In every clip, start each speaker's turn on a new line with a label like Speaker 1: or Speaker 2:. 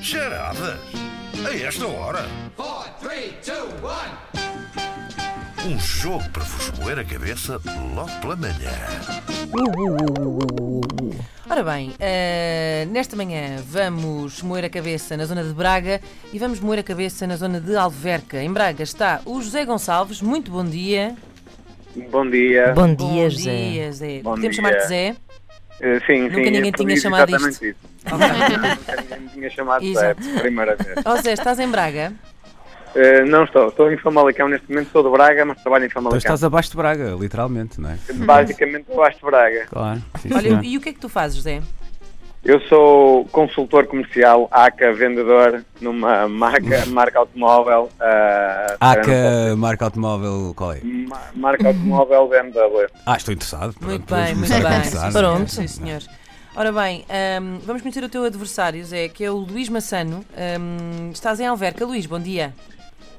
Speaker 1: noitadas? A esta hora?
Speaker 2: Four, three, two, one.
Speaker 1: Um jogo para vos moer a cabeça logo pela manhã.
Speaker 3: Ora bem, eh, nesta manhã vamos moer a cabeça na zona de Braga e vamos moer a cabeça na zona de Alverca. Em Braga está o José Gonçalves. Muito bom dia.
Speaker 4: Bom dia.
Speaker 5: Bom dia,
Speaker 3: bom
Speaker 5: José.
Speaker 3: dia, Zé.
Speaker 4: Bom
Speaker 3: Podemos
Speaker 4: dia.
Speaker 3: chamar-te Zé?
Speaker 4: Eh, sim,
Speaker 3: Nunca
Speaker 4: sim.
Speaker 3: ninguém
Speaker 4: eu
Speaker 3: tinha
Speaker 4: perdi
Speaker 3: chamado
Speaker 4: exatamente
Speaker 3: isto.
Speaker 4: isso.
Speaker 3: Ok.
Speaker 4: Nunca ninguém me tinha chamado
Speaker 3: Exato.
Speaker 4: é a primeira vez.
Speaker 3: Ó Zé, estás em Braga?
Speaker 4: Eh, não estou, estou em Famalicão neste momento, sou de Braga, mas trabalho em
Speaker 6: Então
Speaker 4: Famalicão.
Speaker 6: estás abaixo de Braga, literalmente, não é?
Speaker 4: Basicamente abaixo de Braga.
Speaker 6: Claro. Sim,
Speaker 3: Olha,
Speaker 6: senhor.
Speaker 3: e o que é que tu fazes, José?
Speaker 4: Eu sou consultor comercial, ACA vendedor, numa marca, marca automóvel. ah,
Speaker 6: ACA, marca automóvel, qual é?
Speaker 4: ma- Marca automóvel BMW.
Speaker 6: Ah, estou interessado. Pronto,
Speaker 3: Muito
Speaker 6: podemos
Speaker 3: bem, muito
Speaker 6: começar a
Speaker 3: bem.
Speaker 6: conversar, não é?
Speaker 3: Pronto, sim, senhores. Ora bem, ahm, vamos conhecer o teu adversário, Zé, que é o Luís Massano. Ahm, estás em Alverca. Luís, bom dia.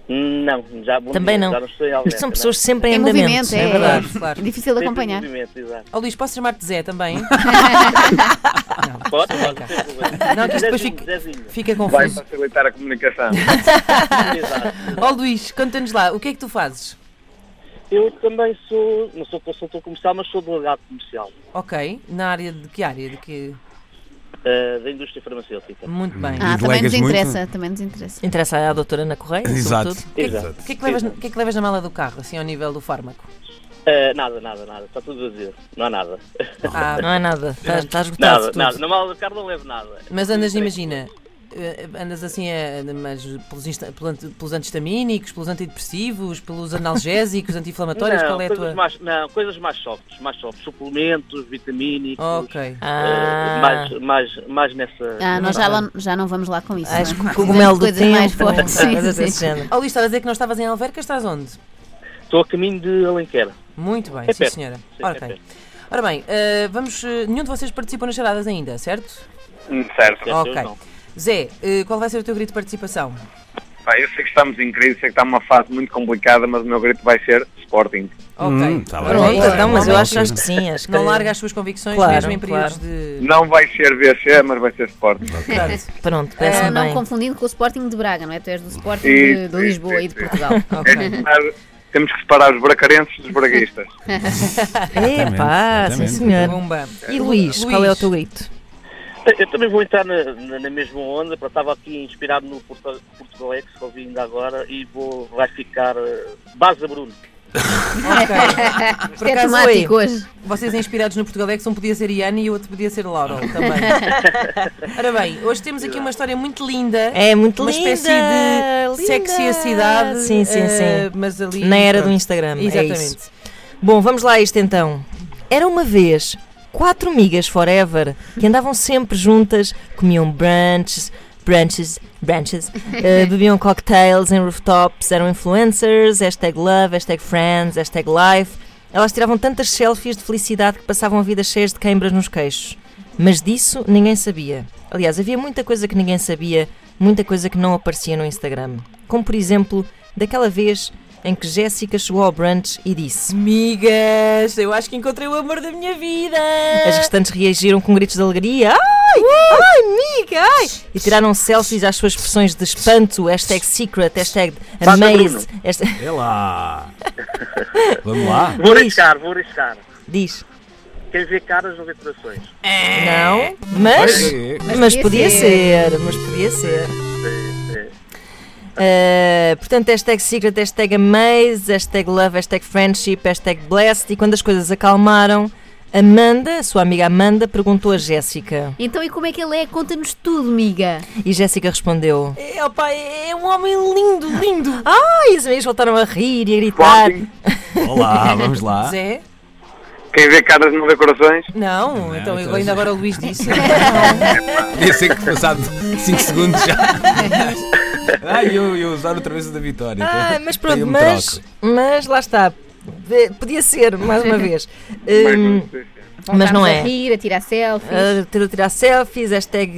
Speaker 7: Não, já bom
Speaker 5: Também
Speaker 7: dia,
Speaker 5: não.
Speaker 7: Já não estou em Alverca,
Speaker 5: São
Speaker 7: não.
Speaker 5: pessoas sempre em
Speaker 8: Em
Speaker 5: andamento.
Speaker 8: movimento, é,
Speaker 3: É verdade, claro.
Speaker 8: é difícil de
Speaker 7: Sempre em
Speaker 8: acompanhar.
Speaker 7: movimento, exato.
Speaker 3: Ó Luís, posso chamar-te Zé também?
Speaker 7: Pode, pode, sem problema.
Speaker 3: Ah, Não, que isto depois
Speaker 7: Zezinho,
Speaker 3: fica-
Speaker 7: Zezinho.
Speaker 3: Fica
Speaker 4: Vai
Speaker 3: confuso.
Speaker 4: facilitar a comunicação.
Speaker 7: Exato.
Speaker 3: Ó Luís, conta-nos lá, o que é que tu fazes?
Speaker 7: Eu também sou, não sou consultor comercial, mas sou delegado comercial
Speaker 3: Ok, na área de que área? De que...
Speaker 7: ah, da indústria farmacêutica.
Speaker 3: Muito bem.
Speaker 8: Ah, também nos
Speaker 6: delegas muito?
Speaker 8: interessa, também nos interessa.
Speaker 5: Interessa à doutora Ana Correia,
Speaker 6: Exato.
Speaker 5: sobretudo.
Speaker 3: O que, é que-
Speaker 7: Exato.
Speaker 3: o que é que levas, o que é que levas na mala do carro, assim, ao nível do fármaco?
Speaker 7: Ah, nada, nada, nada. Está tudo vazio. Não há nada.
Speaker 3: Ah,
Speaker 5: Não é nada, está, está esgotado
Speaker 7: Nada,
Speaker 5: tudo.
Speaker 7: nada. Na mala do carro não levo nada.
Speaker 3: tá
Speaker 7: é-
Speaker 3: mas andas, imagina, eh, andas assim eh, mas pelos, insta- pelo anti- pelos antihistamínicos, pelos antidepressivos, pelos analgésicos, anti-inflamatórios,
Speaker 7: não,
Speaker 3: qual é a
Speaker 7: coisas
Speaker 3: tua...
Speaker 7: mais, não, coisas mais softs, mais softs. Suplementos, vitamínicos.
Speaker 3: Ok.
Speaker 7: ah,
Speaker 5: Ah,
Speaker 7: mais, mais, mais nessa.
Speaker 8: Ah, nós já, lá- já não vamos lá com isso.
Speaker 5: acho
Speaker 8: não é?
Speaker 5: que o cogumelo do
Speaker 8: Coisas
Speaker 5: tempo.
Speaker 8: mais fortes. Sim,
Speaker 5: coisas
Speaker 8: sim,
Speaker 5: desse
Speaker 8: sim.
Speaker 5: género.
Speaker 3: Ó Luís, estás a dizer que não estavas em Alverca, estás onde?
Speaker 7: Estou a caminho de Alenquer.
Speaker 3: Muito bem,
Speaker 7: É
Speaker 3: sim
Speaker 7: perto.
Speaker 3: senhora.
Speaker 7: Sim, é
Speaker 3: Ok.
Speaker 7: perto.
Speaker 3: Ora bem, eh, vamos, eh, nenhum de vocês participou nas charadas ainda, certo?
Speaker 4: certo.
Speaker 7: Certo,
Speaker 3: Ok.
Speaker 7: eu não.
Speaker 3: Zé, eh, qual vai ser o teu grito de participação?
Speaker 4: Pá, eu sei que estamos em crise, sei que está numa fase muito complicada, mas o meu grito vai ser Sporting.
Speaker 3: Ok.
Speaker 6: Hum, tá bem.
Speaker 3: Pronto,
Speaker 5: Pronto, então, mas eu
Speaker 3: não-
Speaker 5: acho, acho que sim. Acho que
Speaker 3: Não larga as suas convicções
Speaker 5: Claro,
Speaker 3: mesmo em períodos
Speaker 5: claro.
Speaker 3: de.
Speaker 4: Não vai ser BC, mas vai ser Sporting.
Speaker 5: Pronto,
Speaker 8: Só
Speaker 5: parece
Speaker 8: É, Ah, não
Speaker 5: bem.
Speaker 8: confundindo com o Sporting de Braga, não é? Tu és do Sporting
Speaker 4: Isso,
Speaker 8: de, de
Speaker 4: isso,
Speaker 8: Lisboa
Speaker 4: isso,
Speaker 8: e de
Speaker 4: isso.
Speaker 8: Portugal.
Speaker 3: Ok.
Speaker 4: Mas É temos que separar os bracarenses dos braguistas.
Speaker 5: Epá, sim
Speaker 6: Exatamente.
Speaker 5: senhor.
Speaker 3: Bomba.
Speaker 5: E Luís, qual é o teu grito?
Speaker 7: Eu também vou entrar na, na- na mesma onda, porque estava aqui inspirado no Porto, Portugal Ex, que ouvi ainda agora, e vou, vai ficar eh, Baza Bruno.
Speaker 3: Ok.
Speaker 8: Isto é
Speaker 3: acaso,
Speaker 8: temático hoje.
Speaker 3: Vocês inspirados no Portugalex, um podia ser Iane e o outro podia ser Laurel também. Ora bem, hoje temos aqui uma história muito linda.
Speaker 5: É muito
Speaker 3: uma
Speaker 5: linda.
Speaker 3: espécie de
Speaker 5: linda.
Speaker 3: sexy a cidade.
Speaker 5: Sim, sim,
Speaker 3: eh,
Speaker 5: sim.
Speaker 3: mas ali.
Speaker 5: Na era do
Speaker 3: pronto.
Speaker 5: Instagram. é isso.
Speaker 3: Exatamente.
Speaker 5: Bom, vamos lá a isto então. Era uma vez quatro amigas forever que andavam sempre juntas, comiam brunches, branches, branches, eh, bebiam cocktails em rooftops, eram influencers, hashtag love, hashtag friends, hashtag life. Elas tiravam tantas selfies de felicidade que passavam a vida cheias de queimbras nos queixos. Mas disso ninguém sabia. Aliás, havia muita coisa que ninguém sabia, muita coisa que não aparecia no Instagram. Como, por exemplo, daquela vez em que Jéssica chegou ao brunch e disse:
Speaker 3: Amigas, eu acho que encontrei o amor da minha vida.
Speaker 5: as restantes reagiram com gritos de alegria. Ai! Ai, amiga! Ai! E tiraram selfies às suas expressões de espanto. Hashtag secret, hashtag amaze. hashtag-
Speaker 6: É lá. Vamos lá.
Speaker 7: Vou arriscar, vou arriscar.
Speaker 5: Diz.
Speaker 7: Quem vê caras não vê corações.
Speaker 5: Não, mas.
Speaker 6: É, é, é.
Speaker 5: Mas podia ser, mas podia ser. Uh, portanto, hashtag secret, hashtag amaze, hashtag love, hashtag friendship, hashtag blessed. E quando as coisas acalmaram, Amanda, a sua amiga Amanda, perguntou a Jéssica.
Speaker 8: Então, e como é que ele é? Conta-nos tudo, miga.
Speaker 5: E Jéssica respondeu:
Speaker 3: É, opa, é um homem lindo, lindo.
Speaker 5: Ai, os amigos voltaram a rir e a gritar.
Speaker 6: Olá, vamos
Speaker 5: Ah.
Speaker 6: lá.
Speaker 3: Zé?
Speaker 4: Quem vê caras não vê corações.
Speaker 3: Não, então
Speaker 6: então
Speaker 3: eu- ainda agora o Luís disse.
Speaker 6: Podia ser que passado 5 segundos já. Ai, eu ia usar outra vez a da vitória.
Speaker 5: Ah, mas pronto,
Speaker 6: Tem um
Speaker 5: mas,
Speaker 6: troco.
Speaker 5: mas lá está. Vê- Podia ser, mais uma vez. Hum, mas não
Speaker 8: Voltámos A
Speaker 5: é.
Speaker 8: rir, a tirar selfies.
Speaker 5: Ah, ter de tirar selfies, hashtag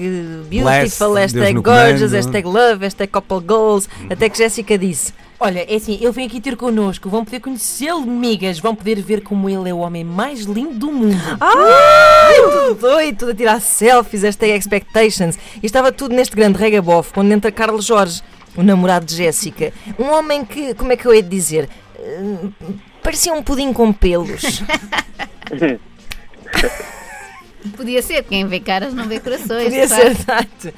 Speaker 5: beautiful,
Speaker 6: Blessed, Deus
Speaker 5: hashtag
Speaker 6: no
Speaker 5: gorgeous,
Speaker 6: comando.
Speaker 5: hashtag love, hashtag couple goals. Até que Jéssica disse: Olha, é assim, ele vem aqui ter connosco, vão poder conhecê-lo, migas, vão poder ver como ele é o homem mais lindo do mundo. Ai, tudo doido, tudo a tirar selfies, hashtag expectations. E estava tudo neste grande regabof, quando entra Carlos Jorge, o namorado de Jéssica. Um homem que, como é que eu hei de dizer? Hum, Parecia um pudim com pelos.
Speaker 8: Podia ser, quem vê caras não vê corações.
Speaker 5: Podia
Speaker 8: de facto.
Speaker 5: ser tanto.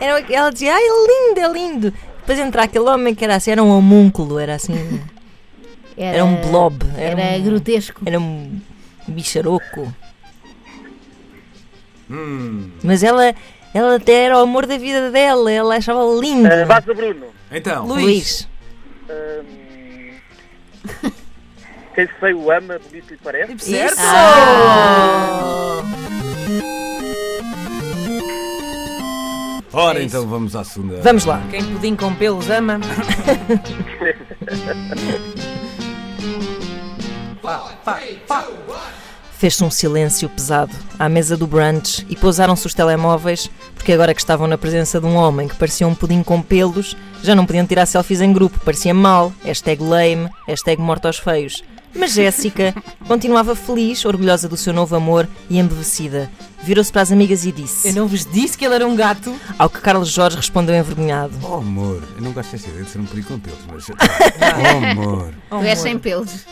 Speaker 5: Era, ela dizia, ai, é lindo, é lindo. Depois entra aquele homem que era assim, era um homúnculo, era assim, era um blob.
Speaker 8: É, Era,
Speaker 5: um-
Speaker 8: grotesco.
Speaker 5: Era
Speaker 3: Ah.
Speaker 5: um bicharoco. Mas ela, ela até era o amor da vida dela, ela achava lindo.
Speaker 7: Eh, Vasco Bruno,
Speaker 6: Então,
Speaker 3: Luís.
Speaker 5: Luís.
Speaker 7: hum, quem feio ama, bonito lhe parece.
Speaker 3: Certo?
Speaker 6: ora
Speaker 3: é
Speaker 6: então vamos à segunda.
Speaker 5: Vamos lá.
Speaker 3: Quem pudim com pelos ama.
Speaker 5: Fez-se um silêncio pesado à mesa do brunch e pousaram-se os telemóveis, porque agora que estavam na presença de um homem que parecia um pudim com pelos, já não podiam tirar selfies em grupo, parecia mal, hashtag lame, hashtag morto aos feios. Mas Jéssica continuava feliz, orgulhosa do seu novo amor e embevecida. Virou-se para as amigas e disse...
Speaker 3: Eu não vos disse que ele era um gato.
Speaker 5: Ao que Carlos Jorge respondeu envergonhado.
Speaker 6: Oh amor, eu não gosto dessa ideia de ser um perigo com pelos, mas. oh amor.
Speaker 5: um
Speaker 8: Tu és sem pelos.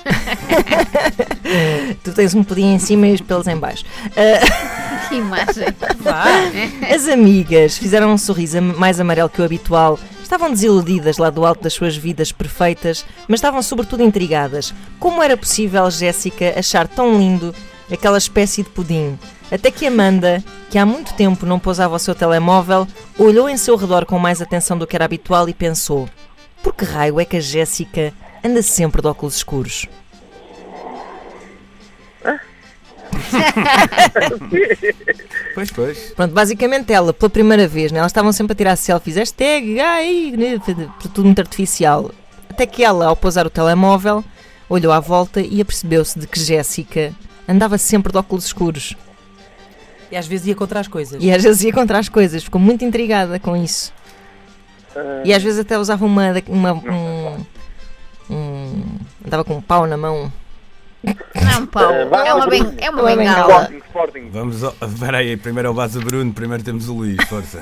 Speaker 5: Tu tens um pudim em cima e os pelos em baixo. Ah,
Speaker 8: Que imagem.
Speaker 5: As amigas fizeram um sorriso am- mais amarelo que o habitual. Estavam desiludidas lá do alto das suas vidas perfeitas, mas estavam sobretudo intrigadas. Como era possível Jéssica achar tão lindo aquela espécie de pudim? Até que Amanda, que há muito tempo não pousava o seu telemóvel, olhou em seu redor com mais atenção do que era habitual e pensou: Por que raio é que a Jéssica anda sempre de óculos escuros?
Speaker 6: Pois, pois.
Speaker 5: Pronto, basicamente ela, pela primeira vez, né, elas estavam sempre a tirar selfies, hashtag, ai, né, tudo muito artificial. Até que ela, ao pousar o telemóvel, olhou à volta e apercebeu-se de que Jéssica andava sempre de óculos escuros.
Speaker 3: E às vezes ia contra as coisas.
Speaker 5: E às vezes ia contra as coisas, ficou muito intrigada com isso. E às vezes até usava uma. da- uma um, um- andava com um pau na mão.
Speaker 8: Não, é um pau.
Speaker 7: Eh, vá,
Speaker 8: É uma, ben...
Speaker 7: Bruno.
Speaker 8: é uma
Speaker 5: Uma
Speaker 8: bengala.
Speaker 7: Sporting, Sporting.
Speaker 6: Vamos ao. Espera aí, primeiro é o Baza Bruno, primeiro temos o Luís, força.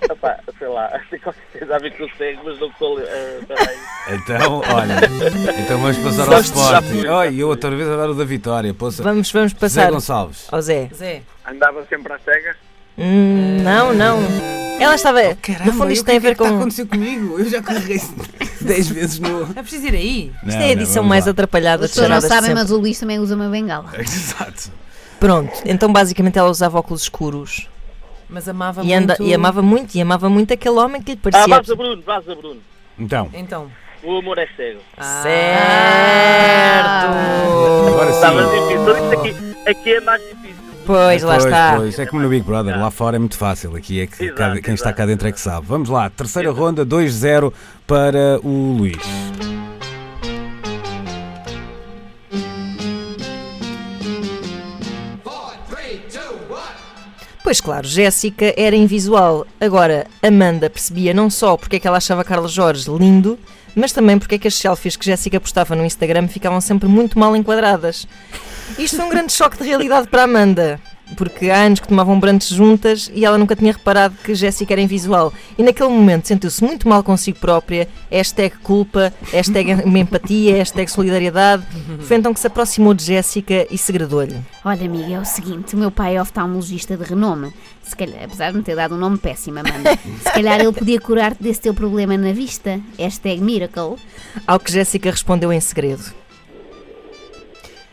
Speaker 7: Epá, sei lá, tem qualquer coisa a ver com o cego, mas não estou. eh, Espera aí.
Speaker 6: Então, olha. Então vamos passar ao Sporting. Ai, eu outra vez a dar o da vitória, poça.
Speaker 5: Vamos, vamos
Speaker 6: Zé
Speaker 5: passar.
Speaker 6: Gonçalves.
Speaker 5: Ao Zé.
Speaker 3: Zé.
Speaker 4: Andava sempre às cegas.
Speaker 5: Hum, não, não. Ela estava. no fundo,
Speaker 6: é
Speaker 5: isto tem a ver com.
Speaker 6: tá comigo? Eu já corri 10 vezes no.
Speaker 3: É preciso ir aí.
Speaker 5: Isto é a edição mais atrapalhada
Speaker 8: As
Speaker 5: de
Speaker 8: pessoas não
Speaker 5: charadas de
Speaker 8: sabem,
Speaker 5: sempre.
Speaker 8: mas o Luís também usa uma bengala.
Speaker 6: Exato.
Speaker 5: Pronto, então basicamente ela usava óculos escuros
Speaker 3: Mas amava
Speaker 5: e, anda-
Speaker 3: Tá muito.
Speaker 5: e amava muito, e amava muito aquele homem que lhe
Speaker 7: Ah,
Speaker 5: parecia.
Speaker 7: Vaza Bruno, Vaza Bruno.
Speaker 6: Então,
Speaker 3: Então.
Speaker 7: O amor é cego.
Speaker 5: Certo!
Speaker 6: agora
Speaker 7: Está mais
Speaker 6: sim.
Speaker 7: difícil. então Isto aqui, aqui é mais difícil.
Speaker 5: Pois, lá está.
Speaker 6: Pois, é como no Big Brother, lá fora é muito fácil, aqui é que
Speaker 7: Exato,
Speaker 6: cada- quem está
Speaker 7: exato.
Speaker 6: cá dentro é que sabe. Vamos lá, terceira ronda, 2-0 para o Luís.
Speaker 2: Four, three, two, one.
Speaker 5: Pois claro, Jéssica era invisual. Agora, Amanda percebia não só porque é que ela achava Carlos Jorge lindo, mas também porque é que as selfies que Jéssica postava no Instagram ficavam sempre muito mal enquadradas. Isto foi um grande choque de realidade para Amanda, porque há anos que tomavam brantes juntas e ela nunca tinha reparado que Jéssica era invisual. E naquele momento sentiu-se muito mal consigo própria, hashtag culpa, hashtag empatia, hashtag solidariedade. Foi então que se aproximou de Jéssica e segredou-lhe.
Speaker 8: Olha, amiga, é o seguinte: o meu pai é oftalmologista de renome. Se calhar, apesar de me ter dado um nome péssimo, Amanda, se calhar ele podia curar-te desse teu problema na vista. Hashtag miracle.
Speaker 5: Ao que Jéssica respondeu em segredo.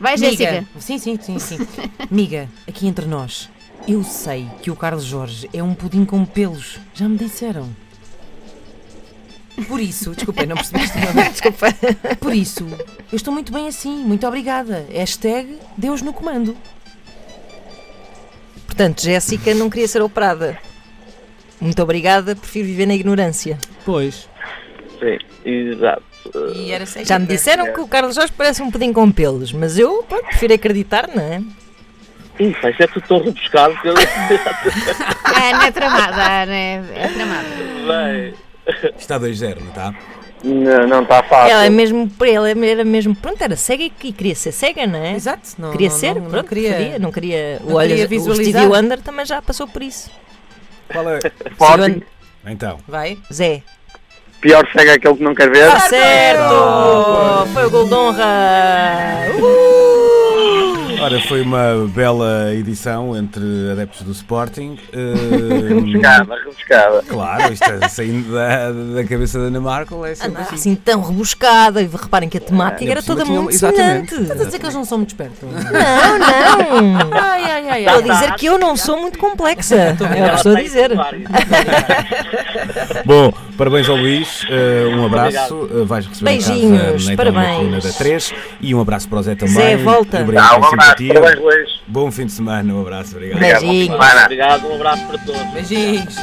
Speaker 3: É
Speaker 8: Vai, Jéssica.
Speaker 3: Miga. Sim, sim, sim, sim. Miga, aqui entre nós. Eu sei que o Carlos Jorge é um pudim com pelos. Já me disseram. Por isso, desculpa, não percebeste nada. Desculpa. Por isso, eu estou muito bem assim. Muito obrigada. Hashtag Deus no comando.
Speaker 5: Portanto, Jéssica não queria ser operada. Muito obrigada, prefiro viver na ignorância.
Speaker 6: Pois.
Speaker 7: Sim, exato.
Speaker 3: E era sem
Speaker 5: Já me disseram que o Carlos Jorge parece um pudim com pelos, mas eu pronto, prefiro acreditar, não é?
Speaker 7: Ih, pá, isto é tudo tão rebuscado que eu
Speaker 8: Ah, não é tramada, ah, não é, é tramada.
Speaker 7: Bem,
Speaker 6: Está 2-0, não está?
Speaker 4: N- Não está fácil.
Speaker 5: Ela é mesmo, ela era mesmo, pronto, era cega e, e queria ser cega, não é?
Speaker 3: Exato. Não,
Speaker 5: Queria
Speaker 3: não-
Speaker 5: ser,
Speaker 3: não- não
Speaker 5: pronto, queria, não queria.
Speaker 3: não
Speaker 5: olha,
Speaker 3: queria
Speaker 5: o
Speaker 3: visualizar.
Speaker 5: Stevie Wonder também já passou por isso.
Speaker 6: Qual é?
Speaker 4: Sporting,
Speaker 6: Então.
Speaker 3: Vai.
Speaker 5: Zé.
Speaker 4: pior cego é aquele que não quer ver.
Speaker 5: Tá certo! Foi o gol de honra! Uhul!
Speaker 6: Ora, foi uma bela edição entre adeptos do Sporting. eh,
Speaker 4: Rebuscada, rebuscada.
Speaker 6: claro, isto é saindo da, da cabeça da Ana Markel é sempre assim.
Speaker 5: Assim tão rebuscada, e reparem que a temática
Speaker 6: ainda
Speaker 5: era
Speaker 6: por cima
Speaker 5: toda
Speaker 6: tinha-
Speaker 5: muito
Speaker 6: exatamente.
Speaker 5: semelhante.
Speaker 3: Estás a dizer é que eles não são muito espertos.
Speaker 5: Não, não!
Speaker 3: Ai, ai, ai,
Speaker 5: Estou a
Speaker 3: ai.
Speaker 5: dizer que eu não sou muito complexa. É o que estou a
Speaker 7: Ela tá está
Speaker 5: dizer.
Speaker 7: vários.
Speaker 6: Bom, parabéns ao Luís, eh, um abraço. eh, vais receber em casa,
Speaker 5: Beijinhos,
Speaker 6: na- então,
Speaker 5: parabéns.
Speaker 6: na coluna da 3 e um abraço para o Zé também.
Speaker 5: Zé, volta.
Speaker 6: Obrigado
Speaker 4: Tá, um
Speaker 6: pela
Speaker 4: abraço,
Speaker 6: simpatia.
Speaker 4: parabéns, Luís.
Speaker 6: Bom fim de semana, um abraço, obrigado.
Speaker 5: Beijinhos.
Speaker 4: Semana.
Speaker 7: Obrigado, um abraço para todos.
Speaker 3: Beijinhos.